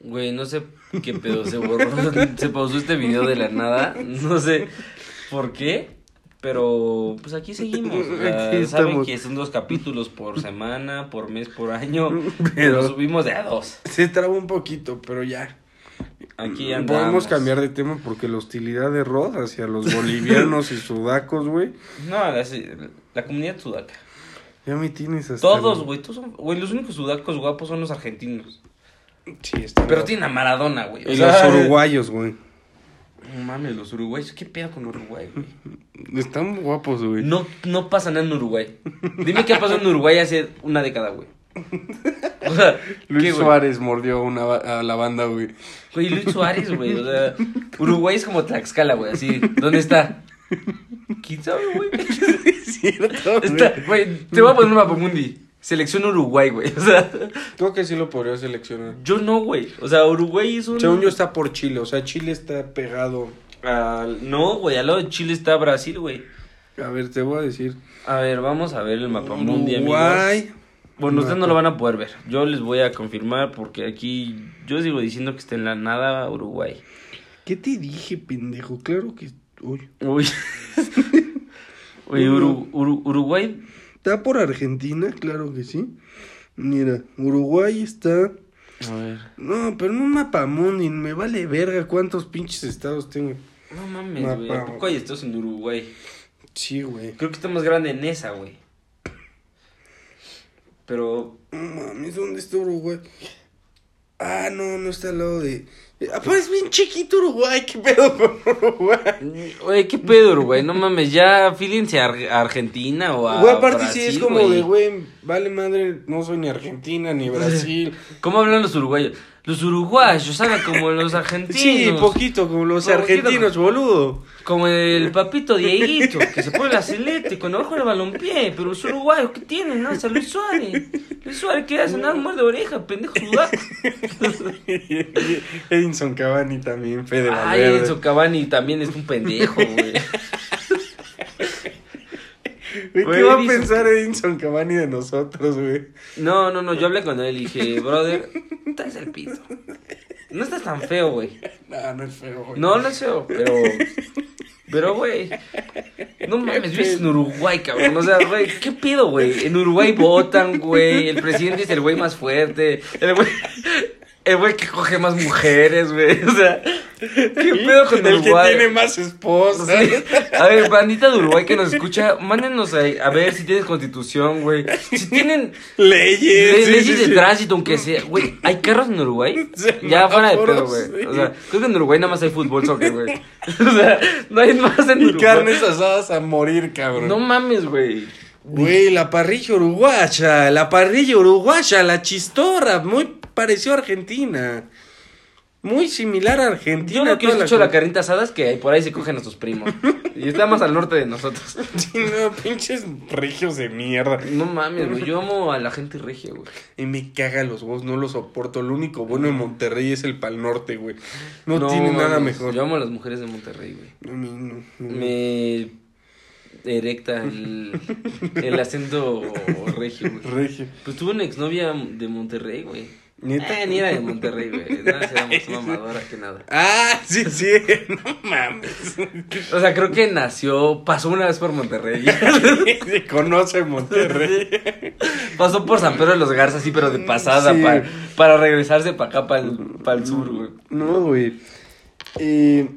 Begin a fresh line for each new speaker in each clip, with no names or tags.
Güey, no sé qué pedo, se borró, se pausó este video de la nada, no sé por qué, pero pues aquí seguimos. o sea,
Aquí
saben
estamos.
que son dos capítulos por semana, por mes, por año, pero
Pero-
lo subimos de a dos.
Se trabó un poquito, pero ya.
Aquí
Mm,
andamos.
Podemos cambiar de tema porque la hostilidad de Rod hacia los bolivianos y sudacos, güey.
No, la, la comunidad sudaca.
Ya me tienes hasta.
Todos, güey, todos son- güey, los únicos sudacos guapos son los argentinos.
Sí, está.
Pero
mal.
tienen a Maradona, güey. o
Y
sea,
los uruguayos, güey.
No mames, los uruguayos, ¿qué pedo con Uruguay, güey?
Están guapos, güey.
No, no pasa nada en Uruguay. Dime qué pasó en Uruguay hace una década, güey. O sea,
Luis
¿qué, güey?
Suárez mordió una ba- a la banda, güey.
Güey, Luis Suárez, güey. O sea, Uruguay es como Tlaxcala, güey. Así, ¿dónde está? ¿Quién sabe, güey?
Es cierto,
Está, güey, te voy a poner un mapamundi. Selección Uruguay, güey. O sea,
Creo que sí lo podría seleccionar.
yo no, güey. O sea, Uruguay es un.
Según yo está por Chile, o sea, Chile está pegado.
Al- no, güey, al lado de Chile está Brasil, güey.
A ver, te voy a decir.
A ver, vamos a ver el mapamundi, amigos.
Uruguay.
Bueno, ustedes no
Mapa.
lo van a poder ver. Yo les voy a confirmar porque aquí yo sigo diciendo que está en la nada Uruguay.
¿Qué te dije, pendejo? Claro que. Uy.
Uy. Oye, Uru- Uru- Uruguay.
Está por Argentina, claro que sí. Mira, Uruguay está.
A ver.
No, pero no mapamundi, me vale verga cuántos pinches estados tengo.
No mames, güey. ¿A
Mapa.
poco hay estados en Uruguay?
Sí, güey.
Creo que está más grande en esa, güey. Pero.
No mames, ¿dónde está Uruguay? Ah, no, no está al lado de. Eh, Aparte es bien chiquito Uruguay, qué pedo con Uruguay.
Oye, qué pedo, Uruguay. No mames, ya afíliense a Ar- a Argentina o a.
Güey, aparte sí
Brasil,
es como de, güey, vale madre, no soy ni Argentina ni Brasil.
¿Cómo hablan los uruguayos? Los uruguayos hablan como los argentinos.
sí, poquito, como los
Como
argentinos, boludo.
Como el papito Dieguito, que se pone la celeste con ojo el balompié, pero los uruguayos que tienen, ¿no? O sea, Luis Suárez. Luis Suárez, ¿qué hace? Nada más de oreja, pendejo sudaco.
Edinson Cavani también, Fede
Ay,
Valverde.
Enzo Cavani también es un pendejo, güey. Güey,
Güey, ¿Qué va a
Edinson-
pensar Edinson Cavani de nosotros, güey?
No, no, no, yo hablé con él y dije, brother, traes el pito. No estás tan feo, güey.
No, no es feo, güey.
No, no es feo, pero... Pero, güey, no mames, vives en Uruguay, cabrón. O sea, güey, ¿qué pido, güey? En Uruguay votan, güey. El presidente es el güey más fuerte. El güey, el güey que coge más mujeres, güey. O sea, ¿qué pedo con
El que
Uruguay?
tiene más esposas.
Sí. A ver, bandita de Uruguay que nos escucha, mándenos a, a ver si tienes constitución, güey. Si tienen
Leyes.
le-
sí,
leyes
sí,
de
sí.
tránsito, aunque sea. Güey, ¿hay carros en Uruguay? ya
Semáforos,
fuera de pedo, güey. O
sí.
sea, creo que en Uruguay nada más hay fútbol, soccer, güey. O sea, no hay más en
Y
Uruguay.
carnes asadas a morir, cabrón.
No mames, güey.
Güey, la parrilla uruguaya, la parrilla uruguaya, la chistorra, muy pareció a Argentina. Muy similar a Argentina.
Yo no quiero
toda
escuchar la
cosa.
carnita asada es que por ahí se cogen a sus primos. Y está más al norte de nosotros.
Sí, no, pinches regios de mierda.
No mames, güey. Yo amo a la gente regia, güey.
Y me caga los huevos, no los soporto. Lo único bueno en Monterrey es el Pal Norte, güey. No, tiene nada
mames,
mejor. Mm.
Yo amo a las mujeres de Monterrey, güey.
No, no, no, no.
Me erecta el, el acento regio, güey.
Regio.
Pues tuve una exnovia de Monterrey, güey.
¿Neta?
Eh, ni era de Monterrey, güey. Nada, era más mamadora que nada.
Ah, sí, sí. No mames.
O sea, creo que nació, pasó una vez por Monterrey.
Se conoce Monterrey.
pasó por San Pedro de los Garzas, sí, pero de pasada,
Sí.
pa- para regresarse para acá, para el, sur, güey.
No, güey. Eh,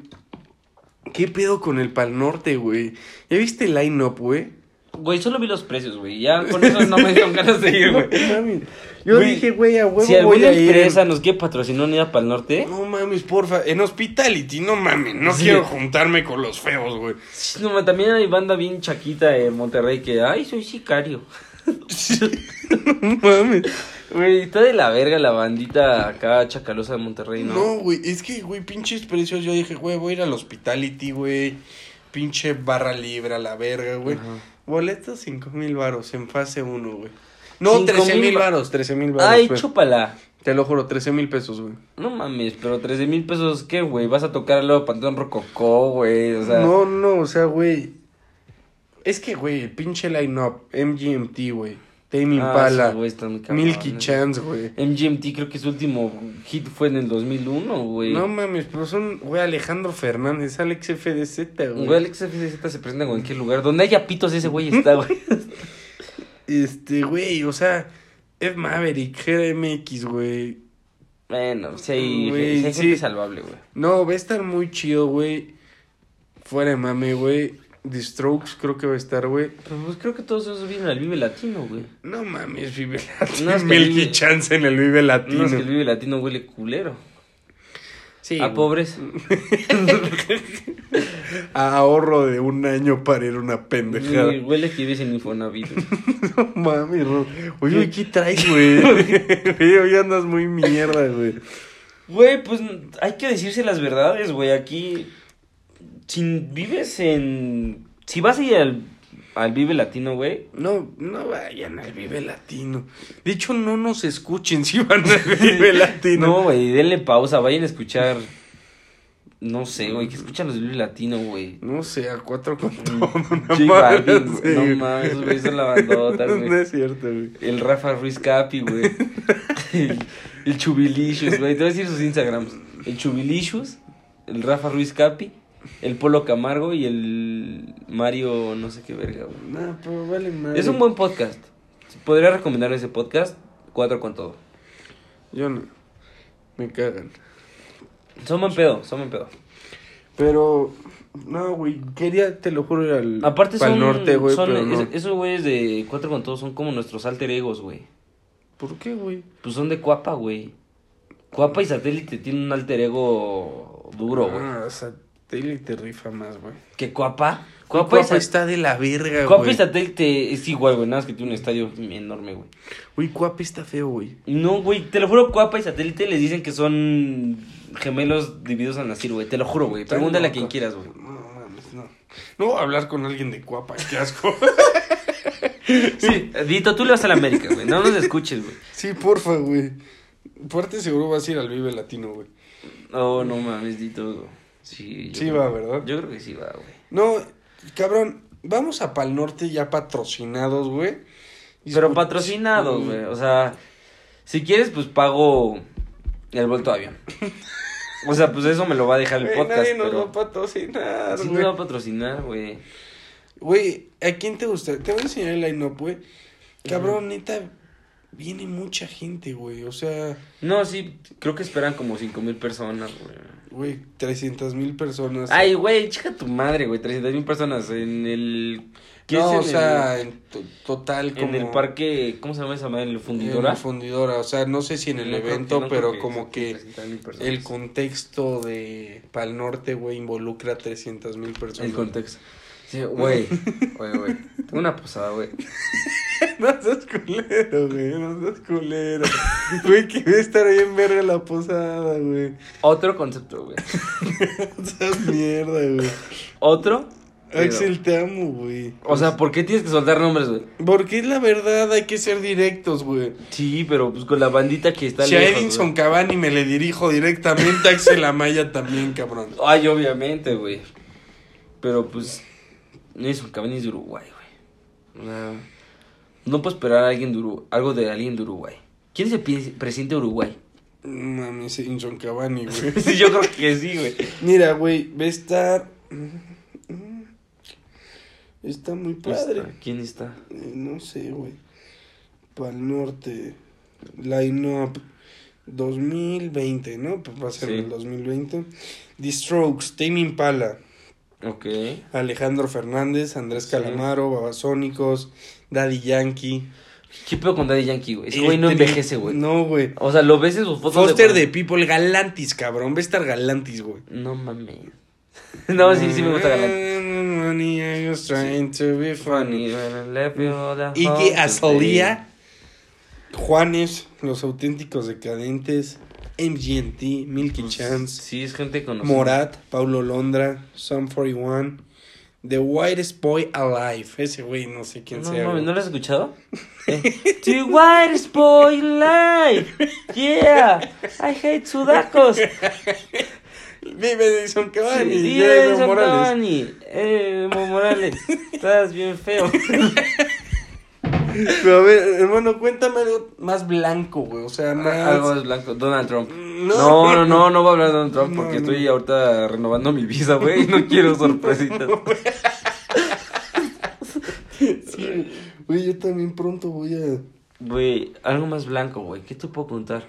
¿Qué pedo con el Pal Norte, güey? ¿Ya viste el line-up, güey?
Güey, solo vi los precios, güey. Ya con eso no me dieron ganas de ir, güey.
No mames. Yo
Güey,
dije, güey, a huevo
Si alguna
voy a ir.
empresa nos quiere patrocinar unida para el norte,
No mames, porfa. En Hospitality, no mames. No
Sí.
quiero juntarme con los feos, güey.
Sí, No, ma, también hay banda bien chaquita en Monterrey que, ay, soy sicario.
No mames.
Güey, está de la verga la bandita acá chacalosa de Monterrey, ¿no?
No, güey. Es que, güey, pinches precios. Yo dije, güey, voy a ir al Hospitality, güey. Pinche barra libre a la verga, güey.
Ajá.
Boletos, cinco mil varos en fase 1, güey. No,
Cinco
13
mil
mil
va-
varos, 13 mil varos.
Ay,
güey.
chúpala.
Te lo juro, 13 mil pesos, güey.
No mames, pero 13 mil pesos, ¿qué, güey? Vas a tocar al lado de Panteón Rococó, güey, o sea.
no, no, o sea, güey. Es que, güey, pinche line-up, MGMT, güey. Tame
Ah,
Impala.
sí, güey, están muy cabrones.
Milky Chance, güey.
MGMT creo que su último hit fue en el 2001, güey.
No mames, pero son, güey, Alejandro Fernández, Alex FDZ, güey.
Güey, Alex FDZ se presenta en cualquier lugar. Donde haya pitos, ese güey está, güey.
Este, güey, o sea, Ed Maverick, GMX, güey.
Bueno, sí hay,
Güey,
sí hay
sí.
gente salvable, güey.
No, va a estar muy chido, güey. Fuera de mame, güey. The Strokes creo que va a estar, güey.
Pero pues creo que todos esos vienen al Vive Latino, güey.
No mames, Vive Latino.
No, es que
Milky
vive-
Chance en el Vive Latino.
No es que el Vive Latino huele culero.
Sí,
a
güey.
pobres.
A ahorro de un año para ir a una pendejada.
Y Huele que vives en Infonavit. güey.
No mames, Ro. Oye, güey, ¿qué traes, güey? Güey, hoy andas muy mierda, güey.
Güey, pues hay que decirse las verdades, güey. Aquí, si vives en... Si vas a ir al, al Vive Latino, güey.
No, no vayan al Vive Latino. De hecho, no nos escuchen si van al Vive Latino.
No, güey, denle pausa, vayan a escuchar... No sé, güey, que escuchan los Vive Latino, güey.
No sé, a cuatro con todo. Una
J
madre
Balvin,
así,
güey. Mm, No
güey.
mames, esos güeyes son la bandota, güey.
No es cierto, güey.
El Rafa Ruiz Capi, güey. el, el Chubilicious, güey. Te voy a decir sus Instagrams. El Chubilicious, el Rafa Ruiz Capi, el Polo Camargo y el Mario no sé qué verga, güey.
No, pero vale madre.
Es un buen podcast. Podría recomendar ese podcast, cuatro con todo.
Yo no. Me cagan.
Son buen pedo, son buen pedo.
Pero, no, güey. Quería, te lo juro, ir al.
Aparte
pa'l
son,
norte, güey.
son-
pero no.
es- esos güeyes de cuatro con todo son como nuestros alter egos, güey.
¿Por qué, güey?
Pues son de Cuapa, güey. Cuapa y Satélite tienen un alter ego duro, güey.
Ah, satélite rifa más, güey.
¿Qué Cuapa?
Cuapa,
Cuapa, y Sat-
está de la verga,
Cuapa y
güey.
Satélite es igual, güey. Nada más que tiene un estadio enorme, güey.
Güey, Cuapa está feo, güey.
No, güey, te lo juro, Cuapa y Satélite les dicen que son gemelos divididos al nacer, güey. Te lo juro, güey.
Están
Pregúntale a
locos.
quien quieras, güey.
No, mames, no. No voy a hablar con alguien de Cuapa, qué asco.
Sí, Dito, tú le vas a la América, güey. No nos escuches, güey.
sí, porfa, güey. Aparte seguro vas a ir al Vive Latino, güey.
No,
Oh,
no mames, Dito. Sí, yo
Sí
creo-
va, ¿verdad?
Yo creo que sí va, güey.
No, cabrón, vamos a Pal Norte ya patrocinados, güey.
Pero patrocinado,
Mm,
güey. O sea, si quieres, pues pago el vuelto de avión. O sea, pues eso me lo va a dejar el
güey,
podcast.
nadie nos
pero...
va a patrocinar,
Sí,
güey.
nos va a patrocinar, güey.
Güey, ¿a quién te gusta? Te voy a enseñar el line-up, güey. Cabrón, neta, viene mucha gente, güey. O sea,
No, sí, creo que esperan como cinco mil personas, güey.
güey, 300 mil personas.
Ay, güey, chica tu madre, güey. 300 mil personas en el. ¿qué
no,
es
o
en
sea,
el-
en to- total como...
en el parque. ¿Cómo se llama esa madre? ¿En el
En
fundidora?
la fundidora, o sea, no sé si en el
No creo que-
evento,
no creo
pero como
sean
que
300,000 personas.
el contexto de Pal Norte, güey, involucra a 300 mil personas.
El contexto. Sí, güey, güey, güey. Tengo una posada, güey.
No seas culero, güey, no seas culero. Güey, que va a estar ahí en verga la posada, güey.
Otro concepto, güey.
No seas mierda, güey.
Otro. pero-
Axel, te amo, güey.
O sea, ¿por qué tienes que soltar nombres, güey?
Porque es la verdad, hay que ser directos, güey.
Sí, pero pues con la bandita que está
Si a
lejos,
Edinson
güey.
Cavani me le dirijo directamente, a Axel Amaya también, cabrón.
Ay, obviamente, güey. Pero pues. No es un cabrón, es de Uruguay, güey. O sea, no puedo esperar a alguien de Uruguay, algo de alguien de Uruguay. ¿Quién es el pi- presidente de Uruguay?
Mami, es Edinson Cavani, güey.
Sí, Yo creo que sí, güey.
Mira, güey, va a estar. mm, Está muy padre.
¿Quién Pues está?
Eh, No sé, güey. Pal norte. Line up 2020, ¿no? Pues va a ser
Sí.
el 2020. The Strokes, Tame Impala,
Ok.
Alejandro Fernández, Andrés
Sí.
Calamaro, Babasónicos, Daddy Yankee.
¿Qué pedo con Daddy Yankee, güey? Ese
El
güey no
tri-
envejece, güey.
Este,
Pues,
No, güey.
O sea, lo ves en sus fotos.
Foster
cuando-
de People, Galantis, cabrón. Va a estar Galantis, güey.
No mames. No, sí, sí me gusta ganar.
Money, I was trying to be Eh, funny.
Y
Iggy Azalea, Juanes, Los Auténticos Decadentes, MGMT, Milky Chance,
Pues, Sí, es gente conocida.
Morat, Paulo Londra, Sum 41, The Whitest Boy Alive. Ese güey, no sé quién
No
sea.
mames,
güey.
¿no lo has escuchado? Eh, The whitest boy alive. Yeah. I hate sudacos.
Vive Edison Cavani,
Sí,
ya
eres
Evo
Santa
Morales.
Ani. Eh, Evo Morales. Estás bien feo.
Pero a ver, hermano, cuéntame algo más blanco, güey. O sea, más.
Ah, Algo más blanco. Donald Trump.
No.
No, no, no, no voy a hablar de Donald Trump porque
No, no.
estoy ahorita renovando mi visa, güey. Y no quiero sorpresitas.
Sí, güey, yo también pronto voy a.
Güey, algo más blanco, güey. ¿Qué te puedo contar?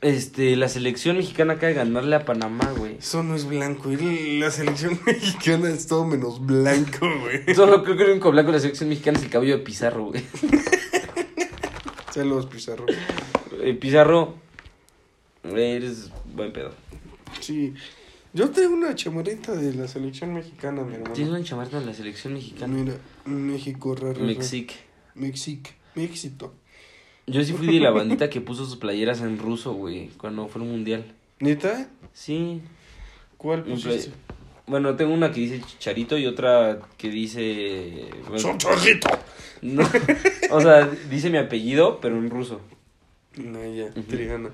Este, la selección mexicana acaba de ganarle a Panamá, güey.
Eso no es blanco. ir a La selección mexicana es todo menos blanco, güey.
Solo creo que el único blanco de la selección mexicana es el cabello de Pizarro, güey.
Saludos, Pizarro.
Eh, Pizarro, eres buen pedo.
Sí. Yo traigo una chamarita de la selección mexicana, mi hermano.
Tienes una chamarra de la selección mexicana.
Mira, México, raro.
Mexic.
Mexic. Méxito.
Yo sí fui de la bandita que puso sus playeras en ruso, güey, cuando fue el mundial.
¿Neta?
Sí.
¿Cuál
mi
pusiste?
play- Bueno, tengo una que dice Chicharito y otra que dice... bueno,
¡Chorchorrito!
no, o sea, dice mi apellido, pero en ruso.
No, ya,
Ujú.
Triana.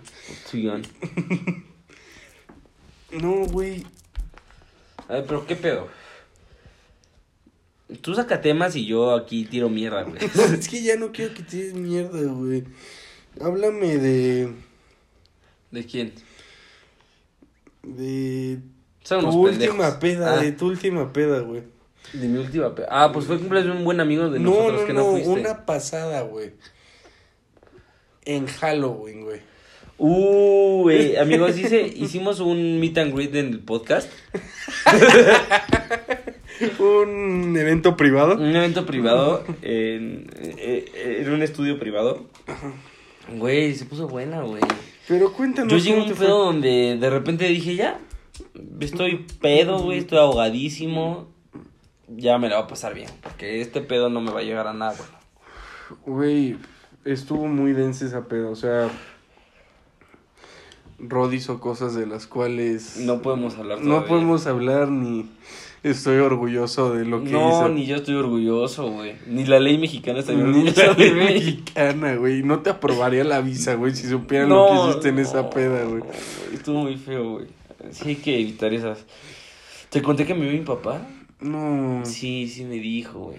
Tsuyan.
No, güey.
A ver, pero qué pedo. Tú saca temas y yo aquí tiro mierda, güey.
No, es que ya no quiero que tires mierda, güey. Háblame de.
¿De quién?
de.
Son
tu
unos
última
pendejos.
peda,
Ah,
de tu última peda, güey.
de mi última peda. Ah, pues fue el cumpleaños de un buen amigo de
No,
nosotros
no,
que
no,
no, fuiste.
una pasada, güey. En Halloween, güey.
Uh, güey, amigos, hice, hicimos un meet and greet en el podcast.
Un evento privado.
Un evento privado, en, eh, eh, en un estudio privado. Güey, se puso buena, güey.
Pero cuéntanos.
Yo llegué a
cómo
un
te fue.
pedo donde de repente dije, ya, estoy pedo, güey, estoy ahogadísimo. Ya me la va a pasar bien, porque este pedo no me va a llegar a nada, güey.
Güey, estuvo muy densa esa peda, o sea. Rod hizo cosas de las cuales.
No podemos hablar
no
todavía.
podemos hablar ni. Estoy orgulloso de lo que
no,
hizo.
ni yo estoy orgulloso, güey. Ni la ley mexicana está
Ni
orgullosa
la
de
ley
mí.
mexicana, güey. No te aprobaría la visa, güey, si supieran lo que hiciste en esa
no,
peda, güey.
Estuvo muy feo, güey. Sí hay que evitar esas. ¿Te conté que me vio mi papá?
No.
Sí, sí me dijo, güey.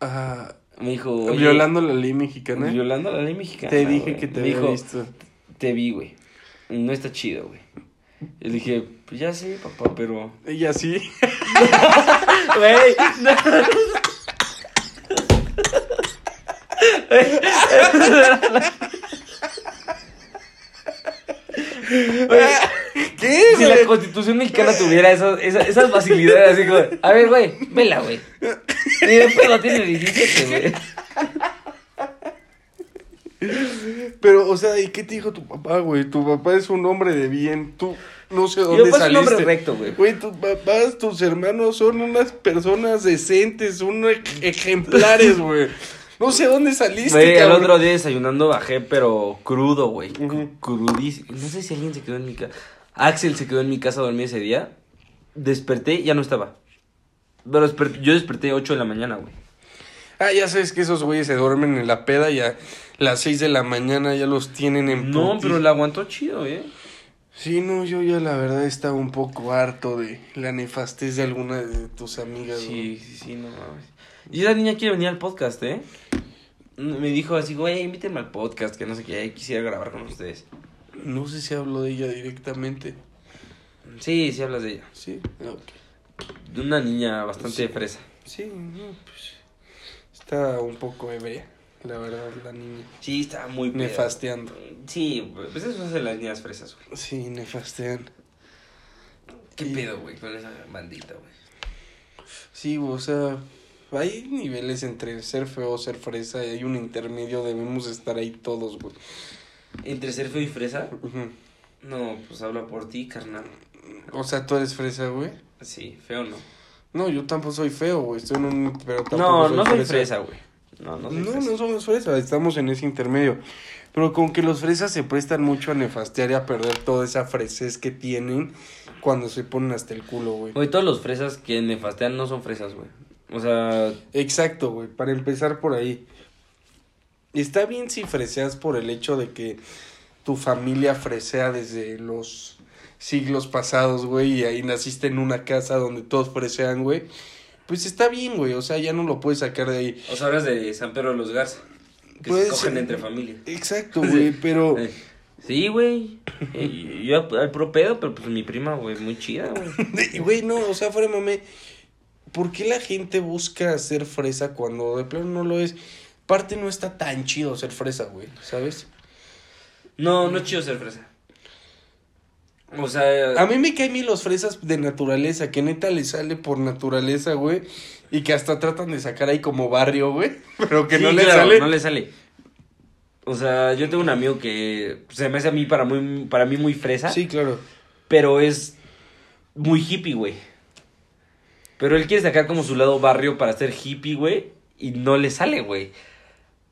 Ah,
Me dijo, oye, pues,
violando la ley mexicana.
violando la ley mexicana.
Te dije
güey.
que
me
te había
dijo,
visto.
te vi, güey. No está chido, güey. Y le dije, pues ya sé, papá, pero...
Ella sí.
Güey, no. Güey,
¿Qué,
Si la constitución mexicana tuviera esas, esas, esas facilidades, así como, a ver, güey, vela, güey. Y de pedo tiene 17, güey.
Pero, o sea, ¿y qué te dijo tu papá, güey? Tu papá es un hombre de bien. Tú no sé
Mi
dónde
papá es un hombre
saliste.
recto, güey.
Güey, tus papás, tus hermanos son unas personas decentes, son ej- ejemplares, güey. No sé dónde saliste,
Güey, el
cabrón.
otro día desayunando bajé, pero crudo, güey. Cru-
Ujú.
Crudísimo. No sé si alguien se quedó en mi casa. Axel se quedó en mi casa a dormir ese día. Desperté, ya no estaba. Pero desper- yo desperté 8 de la mañana, güey.
Ah, ya sabes que esos güeyes se duermen en la peda y a las 6 de la mañana ya los tienen en
No,
putis.
pero la aguantó chido, ¿eh?
Sí, no, yo ya la verdad estaba un poco harto de la nefastez de alguna de tus amigas, güey.
Sí, sí, sí, no mames. Y esa niña quiere venir al podcast, ¿eh? Me dijo así, güey, invíteme al podcast, que no sé qué, quisiera grabar con ustedes.
No sé si hablo de ella directamente.
Sí, sí hablas de ella.
Sí, ok.
De una niña bastante fresa.
Sí, no, pues. Está un poco ebria, la verdad, la niña.
Sí, está muy peda.
Nefasteando.
Sí, güey, pues eso hacen las niñas fresas, güey.
Sí, nefastean.
¿Qué
Sí.
pedo, güey, con esa bandita, güey?
Sí, o sea, hay niveles entre ser feo, ser fresa, y hay un intermedio, debemos estar ahí todos, güey.
¿Entre ser feo y fresa?
Ujú.
No, pues habla por ti, carnal.
O sea, tú eres fresa, güey.
Sí, feo no.
No, yo tampoco soy feo, güey. Estoy en un. Pero tampoco
No, no soy fresa, güey. No, no
No,
soy
no,
fresa.
somos fresa, estamos en ese intermedio. Pero con que los fresas se prestan mucho a nefastear y a perder toda esa fresez que tienen cuando se ponen hasta el culo, güey.
Güey, todos los fresas que nefastean no son fresas, güey. O sea,
Exacto, güey, para empezar por ahí. Está bien si freseas por el hecho de que tu familia fresea desde los siglos pasados, güey, y ahí naciste en una casa donde todos fresean, güey. pues está bien, güey. O sea, ya no lo puedes sacar de ahí.
O sea, hablas de San Pedro de los Garza. Que
Puede
se cogen
ser.
entre familia.
Exacto, güey, pero.
Eh, Sí, güey. Eh, Yo al pro pedo, pero pues mi prima, güey, muy chida, güey.
Y, Güey, no, o sea, fuera de mame. ¿Por qué la gente busca ser fresa cuando de plano no lo es? Parte no está tan chido ser fresa, güey, ¿sabes?
No, no es chido ser fresa. O sea,
A mí me caen bien los fresas de naturaleza, que neta les sale por naturaleza, güey. Y que hasta tratan de sacar ahí como barrio, güey. Pero que
sí,
no les
claro,
sale.
no le sale. O sea, yo tengo un amigo que se me hace a mí para, muy, para mí muy fresa,
Sí, claro.
pero es muy hippie, güey. Pero él quiere sacar como su lado barrio para ser hippie, güey, y no le sale, güey.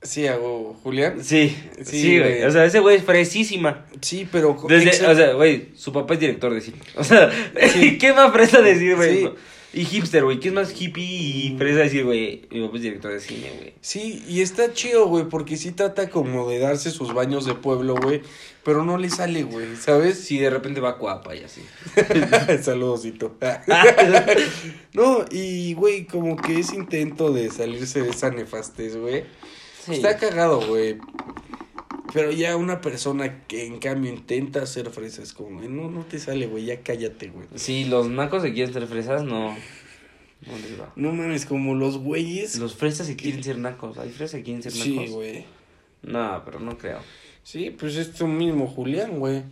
Sí, hago, Julián.
Sí,
Sí,
sí, güey.
güey.
o sea, ese güey es fresísima.
Sí, pero.
Desde,
Exacto.
o sea, güey, su papá es director de cine. O sea,
Sí.
¿qué más fresa decir, güey?
Sí.
Y hipster, güey. ¿Qué es más hippie y fresa decir, güey? Mi papá es director de cine, güey.
Sí, y está chido, güey, porque sí trata como de darse sus baños de pueblo, güey. Pero no le sale, güey, ¿sabes?
Si de repente va a Coapa y así.
Saludosito. no, y, güey, como que ese intento de salirse de esa nefastez, güey. Está cagado, güey. Pero ya una persona que en cambio intenta hacer fresa es como, no, no te sale, güey, ya cállate, güey.
Sí, los nacos que quieren ser fresas, no. No les va.
No mames, como los güeyes.
Los fresas que quieren ser nacos. Hay fresas que quieren ser nacos.
Sí, güey.
No, pero no creo.
Sí, pues es tu mismo Julián, güey.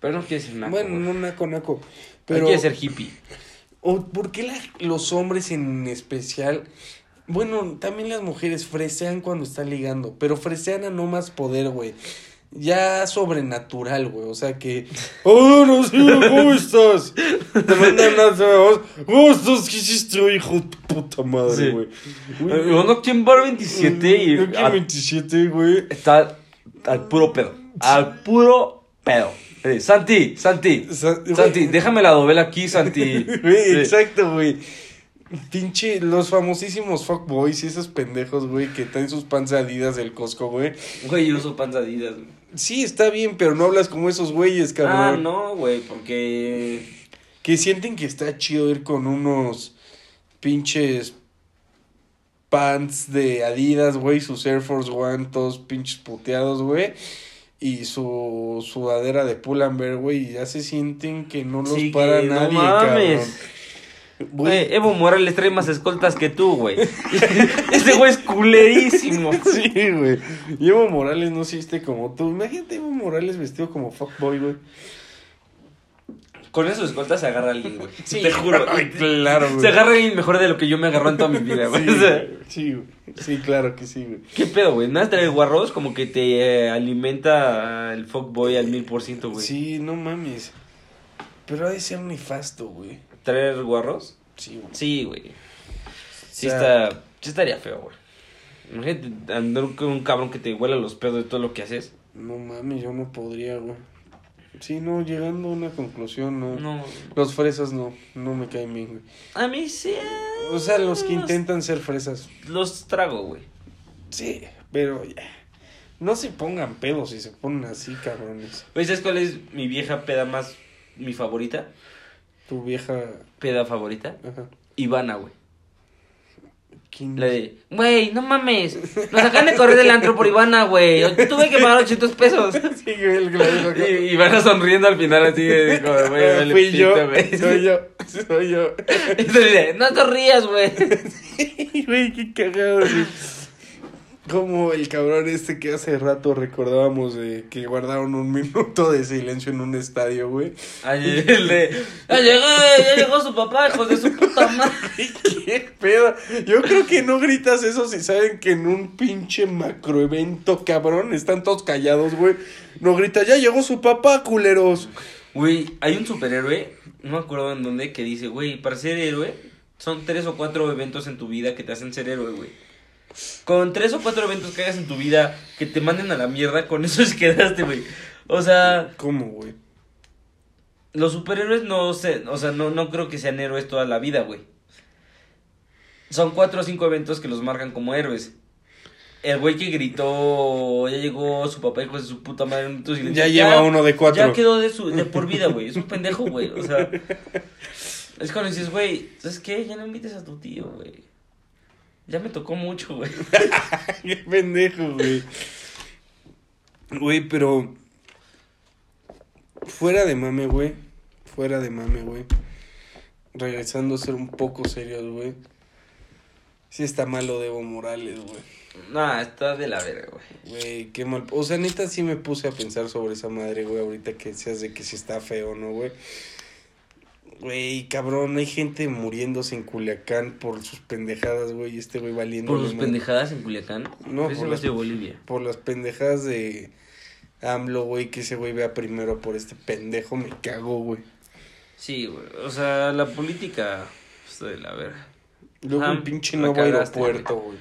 Pero no quiere ser naco.
Bueno,
Bueno,
no naco, naco.
pero...
Pero,
quiere ser hippie.
¿o ¿por qué la- los hombres en especial? Bueno, también las mujeres fresean cuando están ligando, pero fresean a no más poder, güey. Ya sobrenatural, güey. O sea que. ¡Oh, no sé, ¿cómo estás? Te mandan las voz. ¿Cómo estás? ¿Qué hiciste, hijo de puta
Sí.
madre, güey? Güey,
Yo no quiero bar 27
yo
y.
que 27, güey.
Está al puro pedo. Al puro pedo. Eh, Santi, Santi.
Sa-
Santi,
güey.
déjame la novela aquí, Santi.
Güey,
Eh,
exacto, güey. Pinche, los famosísimos fuckboys y esos pendejos, güey, que traen sus panzadidas del Costco, güey.
Güey, yo uso panzadidas. güey.
Sí, está bien, pero no hablas como esos güeyes, cabrón.
Ah, no, güey, porque.
Que sienten que está chido ir con unos pinches pants de Adidas, güey, sus Air Force One, todos pinches puteados, güey. Y su sudadera de Pull&Bear, güey, y ya se sienten que no los
Sí,
para
que no
nadie,
mames. Eh,
cabrón.
Güey, Evo Morales trae más escoltas que tú, güey. Ese güey es culerísimo.
Sí, güey. Y Evo Morales no existe como tú. Imagínate Evo Morales vestido como fuckboy, güey.
Con esos escoltas se agarra alguien, güey. Te juro.
Ay, claro, güey.
Se agarra alguien mejor de lo que yo me agarró en toda mi vida, güey.
Sí,
O sea,
güey. Sí, güey. Sí, claro que sí, güey.
¿Qué pedo, güey? Nada trae guarros como que te eh, alimenta el fuckboy al mil por ciento, güey.
Sí, no mames. Pero ha de ser nefasto, güey.
¿Traer guarros?
Sí, güey.
Sí, güey. Sí,
O sea,
está, sí estaría feo, güey. Imagínate andar con un cabrón que te huela los pedos de todo lo que haces.
No mames, yo no podría, güey. Sí, no, llegando a una conclusión, no.
No.
Los fresas no, no me caen bien, güey.
A mí sí. eh,
O sea, los que intentan ser fresas.
Los trago, güey.
Sí, pero ya. No se pongan pedos si se ponen así, cabrones.
Güey, Pues, ¿sabes cuál es mi vieja peda más, mi favorita?
Tu vieja
Peda favorita.
Ajá.
Ivana, güey.
¿Quién
La de, güey, no mames. Nos acaban de correr del antro por Ivana, güey. Yo tuve que pagar 800 pesos.
Sí, güey, el que lo dijo
Y
acá.
Ivana sonriendo al final así, de, como, güey, vale
Fui
pito,
yo,
güey.
soy yo, soy yo.
Y tú dices, no corrías, güey.
Güey, qué cagado, güey. Como el cabrón este que hace rato recordábamos de que guardaron un minuto de silencio en un estadio, güey.
Ay, el de, ya llegó, ya llegó su papá, hijo de su puta madre.
¿Qué pedo? Yo creo que no gritas eso si saben que en un pinche macroevento, cabrón, están todos callados, güey. No gritas, ya llegó su papá, culeros.
Güey, hay un superhéroe, no me acuerdo en dónde, que dice, güey, para ser héroe, son tres o cuatro eventos en tu vida que te hacen ser héroe, güey. Con tres o cuatro eventos que hagas en tu vida que te manden a la mierda, con eso se quedaste, güey. O sea,
¿Cómo, güey?
los superhéroes no sé, o sea, no, no creo que sean héroes toda la vida, güey. Son cuatro o cinco eventos que los marcan como héroes. El güey que gritó, ya llegó su papá, hijo de su puta madre. en tu silencio",
Ya lleva uno de cuatro.
Ya quedó de, su, de por vida, güey. Es un pendejo, güey. O sea, Es cuando dices, güey, ¿sabes qué? Ya no invites a tu tío, güey. Ya me tocó mucho, güey.
Qué pendejo, güey. Güey, pero. Fuera de mame, güey. Fuera de mame, güey. Regresando a ser un poco serios, güey. Sí está malo Debo Morales, güey.
Nah, está de la verga, güey.
Güey, qué mal. O sea, neta sí me puse a pensar sobre esa madre, güey, ahorita que seas de que si está feo, ¿no, güey? Güey, cabrón, hay gente muriéndose en Culiacán por sus pendejadas, güey, y este güey valiendo.
Por sus pendejadas en Culiacán.
No,
Ese
por
no
las-
es de Bolivia.
Por las pendejadas de AMLO, güey, que ese güey vea primero por este pendejo, me cago, güey.
Sí, güey. O sea, la política pues, está de la verga.
Luego
Ah,
el pinche
la
nuevo
cagaste,
aeropuerto, güey.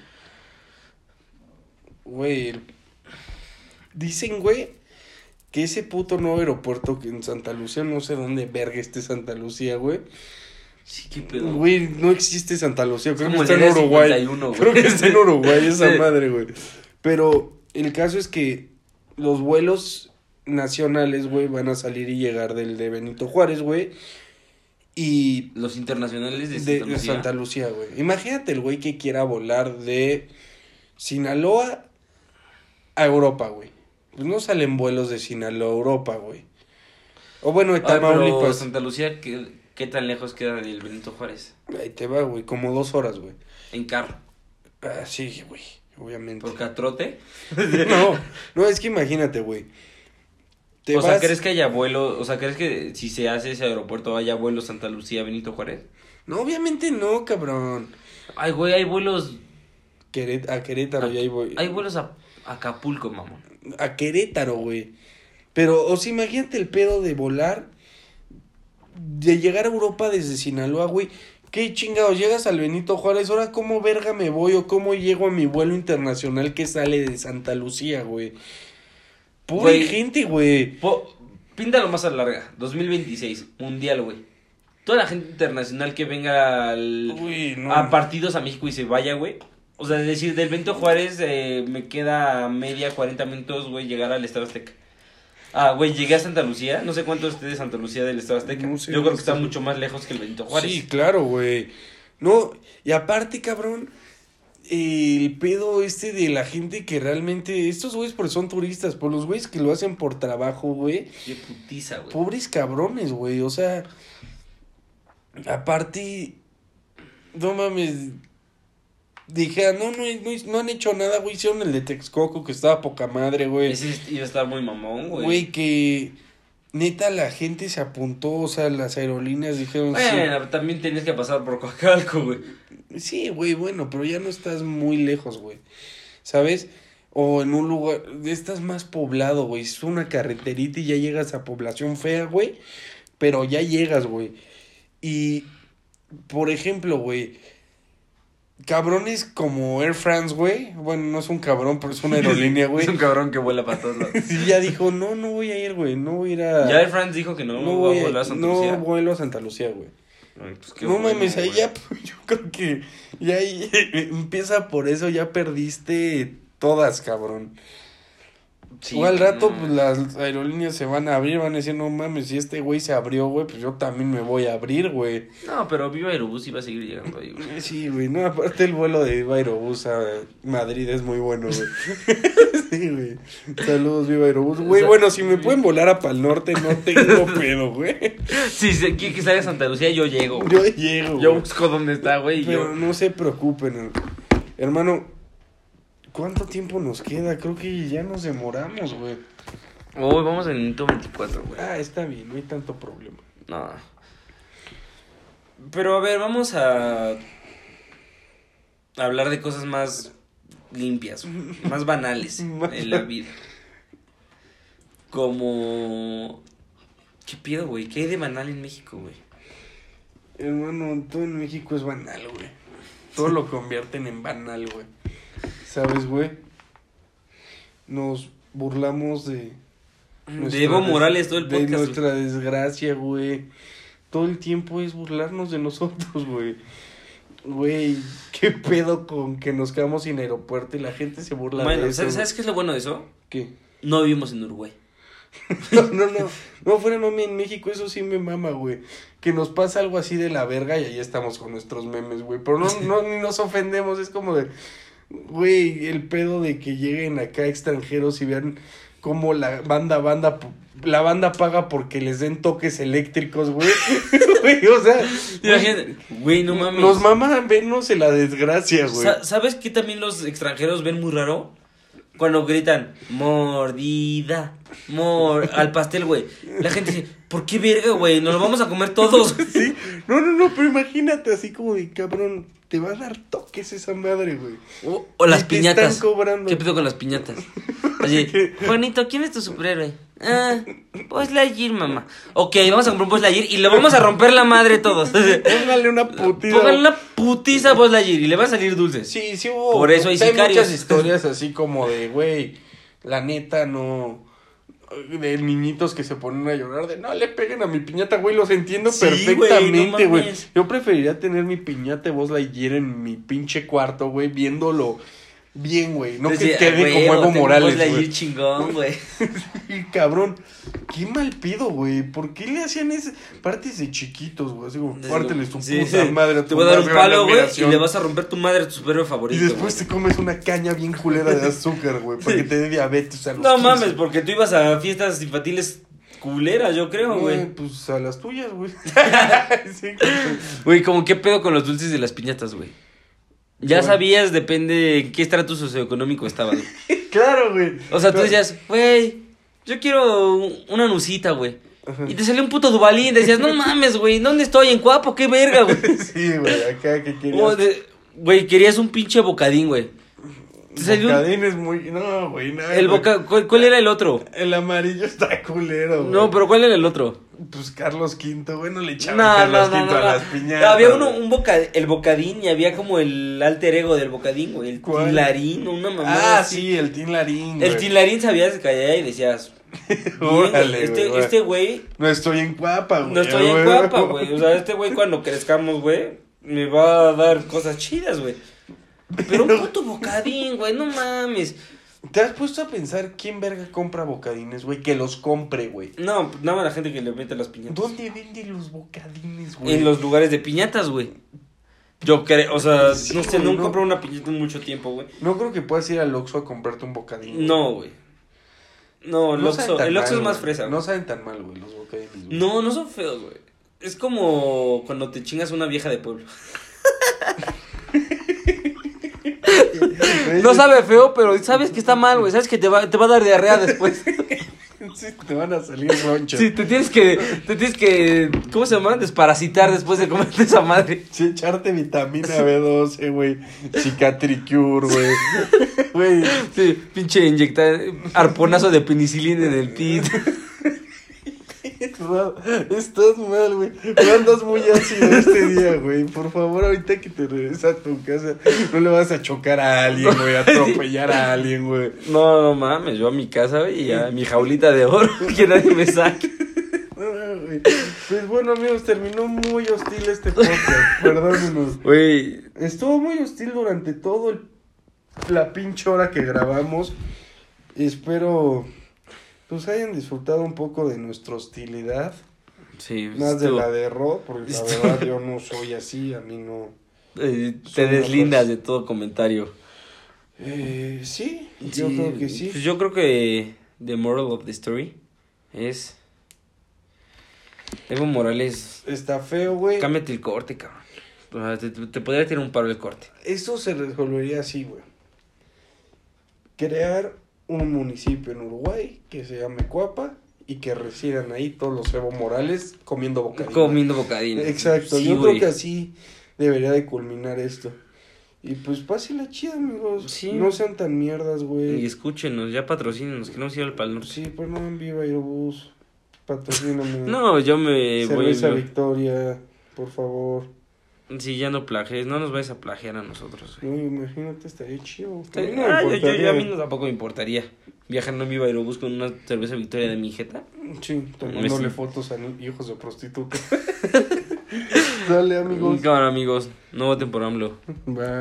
Güey, el- dicen, güey, que ese puto nuevo aeropuerto que en Santa Lucía, no sé dónde verga esté Santa Lucía, güey.
Sí, qué pedo.
Güey, no existe Santa Lucía, creo que
como
está
el
en
área
Uruguay.
51, güey.
creo que está en Uruguay esa
Sí.
madre, güey. Pero el caso es que los vuelos nacionales, güey, van a salir y llegar del de Benito Juárez, güey. Y
Los internacionales de,
de,
Santa
de
Lucía.
Santa Lucía, güey. Imagínate el güey que quiera volar de Sinaloa a Europa, güey. Pues no salen vuelos de Sinaloa a Europa, güey. O bueno, de
Ay, Ah, pero
Tamaulipas.
Santa Lucía, ¿qué, qué tan lejos queda del Benito Juárez?
Ahí te va, güey. Como dos horas, güey.
En carro.
Ah, sí, güey. Obviamente.
¿Por catrote?
No, no, es que imagínate, güey. Te
o sea,
vas-
¿crees que haya vuelo? O sea, ¿crees que si se hace ese aeropuerto haya vuelo Santa Lucía, Benito Juárez?
No, obviamente no, cabrón.
Ay, güey, hay vuelos.
Queret- a Querétaro, ya ahí voy.
Hay vuelos a a Acapulco, mamón.
a Querétaro, güey. Pero, o sea, imagínate el pedo de volar, de llegar a Europa desde Sinaloa, güey. Qué chingados, llegas al Benito Juárez, ahora cómo verga me voy o cómo llego a mi vuelo internacional que sale de Santa Lucía, güey. Pobre
Güey.
gente, güey.
Po- píntalo más a la larga. 2026, mundial, güey. Toda la gente internacional que venga al-
Uy, no.
a partidos a México y se vaya, güey. O sea, es decir, del Benito Juárez eh, me queda media 40 minutos, güey, llegar al Estado Azteca. Ah, güey, llegué a Santa Lucía. No sé cuánto esté de Santa Lucía del Estado Azteca.
No sé,
Yo
no
creo que
sé.
está mucho más lejos que el Benito Juárez.
Sí, claro, güey. No, y aparte, cabrón, el pedo este de la gente que realmente, estos güeyes porque son turistas, por los güeyes que lo hacen por trabajo, güey.
Qué putiza, güey.
Pobres cabrones, güey. O sea, aparte, no mames. Dije, ah, no, no, no, no han hecho nada, güey. Hicieron el de Texcoco que estaba poca madre, güey.
Ese iba a estar muy mamón, güey.
Güey, que neta la gente se apuntó, o sea, las aerolíneas dijeron, sí.
Bueno, también tenías que pasar por Coacalco, güey.
Sí, güey, bueno, pero ya no estás muy lejos, güey. ¿Sabes? O en un lugar, estás más poblado, güey. Es una carreterita y ya llegas a población fea, güey. Pero ya llegas, güey. Y, por ejemplo, güey. Cabrones como Air France, güey. Bueno, no es un cabrón, pero es una aerolínea, güey.
Es un cabrón que vuela para todos lados.
Y ya dijo, no, no voy a ir, güey. No voy a ir a...
Ya el Franz dijo que no,
no,
va
voy
a
a,
volar a Santa
no
Lucía.
vuelo a Santa Lucía, güey.
Ay, pues qué
No
bueno,
mames, ahí
güey.
ya, yo creo que ya ahí empieza por eso, ya perdiste todas, cabrón.
Sí,
o al
güey,
rato
no
pues,
mames.
las aerolíneas se van a abrir, van a decir, no mames, si este güey se abrió, güey, pues yo también me voy a abrir, güey.
No, pero Viva Aerobús iba a seguir llegando ahí, güey.
Sí, güey, no, aparte el vuelo de Viva Aerobús a Madrid es muy bueno, güey. sí, güey. Saludos, Viva Aerobús. Güey,
Sa-
bueno, si me pueden volar a Pal Norte, no tengo pedo, güey.
Si se quiere que salga a Santa Lucía, yo llego. güey.
Yo llego,
Yo,
güey.
busco dónde está, güey. y
Pero
yo...
no se preocupen, hermano. ¿Cuánto tiempo nos queda? Creo que ya nos demoramos, güey.
Uy, vamos en minuto 24, güey.
Ah, está bien, no hay tanto problema.
No. Pero a ver, vamos a hablar de cosas más limpias, más banales
Más-
en la vida. Como... ¿Qué pido, güey? ¿Qué hay de banal en México, güey?
Hermano, todo en México es banal, güey. Todo lo convierten en banal, güey. ¿Sabes, güey? Nos burlamos de... nuestra
de Evo
des-
Morales todo el
De
podcast. güey.
nuestra desgracia, güey. Todo el tiempo es burlarnos de nosotros, güey. Güey, qué pedo con que nos quedamos sin aeropuerto y la gente se burla
Bueno,
de eso.
¿sabes,
güey.
sabes qué es lo bueno de eso?
¿Qué?
No vivimos en Uruguay.
No, no, no. No fuera mami en México, eso sí me mama, güey. Que nos pasa algo así de la verga y ahí estamos con nuestros memes, güey. Pero no, no ni nos ofendemos, es como de. Güey, el pedo de que lleguen acá extranjeros y vean cómo la banda, banda, la banda paga porque les den toques eléctricos, güey. Güey, o sea.
Y la gente, güey, no mames.
Nos maman vernos en la desgracia, güey.
Sa- ¿Sabes qué también los extranjeros ven muy raro? Cuando gritan, mordida, mor... al pastel, güey. La gente dice, ¿por qué verga, güey? Nos lo vamos a comer todos.
Sí. No, no, no, pero imagínate así como de cabrón. Te va a dar toques esa madre, güey.
O, o las
Y te
piñatas.
están cobrando.
¿Qué pedo con las piñatas? Así, Juanito, ¿quién es tu superhéroe? Ah, Buzz Lightyear, mamá. Ok, vamos a comprar un Buzz Lightyear y le vamos a romper la madre todos.
Póngale una putida.
Pónganle una putiza a Buzz Lightyear y le va a salir dulce.
Sí, sí hubo.
Por eso hay sicarios.
muchas historias así como de, güey, la neta no. De niñitos que se ponen a llorar de, no le peguen a mi piñata, güey, los entiendo
Sí, güey, no
perfectamente, güey.
mames.
Yo preferiría tener mi piñata de la Lightyear en mi pinche cuarto, güey, viéndolo bien, güey. No
Decía,
que quede
"Ah,
como
huevo,
Evo
tengo un
Morales,
Buzz Lightyear
güey.
chingón, güey.
Y cabrón, qué mal pido, güey. ¿Por qué le hacían ese? Partes de chiquitos, güey. Así como, pártele su
Sí,
puta
sí.
madre a tu
Te voy a dar
más
un
grande
palo, güey, y
admiración".
le vas a romper tu madre a tu superhéroe
Y
favorito.
después
güey.
te comes una caña bien culera de azúcar, güey, para que te dé diabetes a los
No
15.
mames, porque tú ibas a fiestas infantiles culeras, yo creo, güey.
Güey, pues a las tuyas, güey. Sí,
Güey, como qué pedo con los dulces de las piñatas, güey. Ya
Bueno.
sabías, depende en qué estatus socioeconómico estabas. güey.
claro, güey.
O sea, tú
Pero-
decías, güey, yo quiero un- una nucita, güey.
Ajá.
Y te salió un puto dubalín, decías, no mames, güey, ¿dónde estoy? ¿En Cuapo? ¿Qué verga, güey?
Sí, güey, acá que querías.
O de- Güey, querías un pinche bocadín, güey. Te salió un-
Bocadín es muy. No, güey, no.
El
güey.
boca... ¿cuál, cuál era el otro?
El amarillo está culero, güey.
No, pero ¿cuál era el otro?
Pues Carlos V, güey, no le
No,
echaban
no,
Carlos
no, no,
V a
no.
las piñatas.
Había uno,
güey.
un boca, el bocadín y había como el alter ego del bocadín, güey. El
¿Cuál?
tilarín, una mamada.
Ah,
así.
sí, el Tin Larín.
El
güey.
tilarín sabías que caía y decías. bien, güey,
Órale,
este,
güey.
este güey
No estoy en Cuapa, güey.
no estoy en
güey.
guapa, güey. O sea, este güey cuando crezcamos, güey, me va a dar cosas chidas, güey. Pero un puto bocadín, güey, no mames.
¿Te has puesto a pensar quién verga compra bocadines, güey? Que los compre, güey.
No, nada más la gente que le mete las piñatas.
¿Dónde venden los bocadines, güey?
En los lugares de piñatas, güey. Yo creo, o sea,
Sí,
no sé,
güey,
no
no.
compré una piñata en mucho tiempo, güey.
No creo que puedas ir al Oxxo a comprarte un bocadín.
No, güey. No, el
No saben
Oxxo,
tan
el Oxxo
mal,
es más
güey.
fresa.
No
güey.
saben tan mal, güey, los bocadines. güey.
No, no son feos, güey. Es como cuando te chingas a una vieja de pueblo.
Güey,
No sabe feo, pero sabes que está mal, güey. Sabes que te va, te va a dar diarrea después.
Sí, te van a salir ronchas.
Sí, te tienes que, te tienes que, ¿cómo se llama? Desparasitar después de comerte esa madre.
Sí, echarte vitamina B12, güey. Cicatricure, güey. Güey,
Sí, pinche inyectar arponazo de penicilina en el pit.
Ra- Estás mal, güey. Pero Andas muy ácido este día, güey. Por favor, ahorita que te regresas a tu casa, no le vas a chocar a alguien, güey. A atropellar a alguien, güey.
No, no mames, yo a mi casa, güey, y a mi jaulita de oro, que nadie me saque.
Ah, güey. Pues bueno, amigos, terminó muy hostil este podcast. Perdónenos.
Güey,
Estuvo muy hostil durante todo el- la pinche hora que grabamos. Espero pues hayan disfrutado un poco de nuestra hostilidad.
sí,
Más de
estuvo- eh,
la de Rod, porque la
estuvo-
verdad yo no soy así, a mí no.
eh, te
Son
deslindas
locos.
de todo comentario.
Eh, sí, yo creo que sí.
Pues yo creo que the moral of the story es... Evo Morales,
Está feo, güey.
cámbiate el corte, cabrón. O sea, Te, te- te podría tirar un paro el corte.
Esto se resolvería así, güey. Crear un municipio en Uruguay que se llame Cuapa y que residan ahí todos los Evo Morales comiendo bocadillo.
Comiendo bocadines.
Exacto,
Sí,
yo
güey.
creo que así debería de culminar esto. Y pues pásenla chida, amigos.
Sí.
No sean tan mierdas, güey.
Y escúchenos, ya patrocínenos, que no sirve el palo.
Sí, pues no en viva Aerobús. Patrocíname.
No, yo me voy.
Cerveza Victoria, por favor.
Sí, ya no plagies, no nos vayas a plagiar a nosotros. güey.
No, imagínate, estaría chido.
Está-
A mí no me
ah, yo- yo,
importaría.
a mí no, tampoco me importaría. Viajar en viva aerobús con una cerveza Victoria de mi jeta.
Sí,
Me-
tomándole fotos a ni- hijos de prostituta. Dale, amigos.
Claro, amigos, nueva temporada. AMLO.
Bye.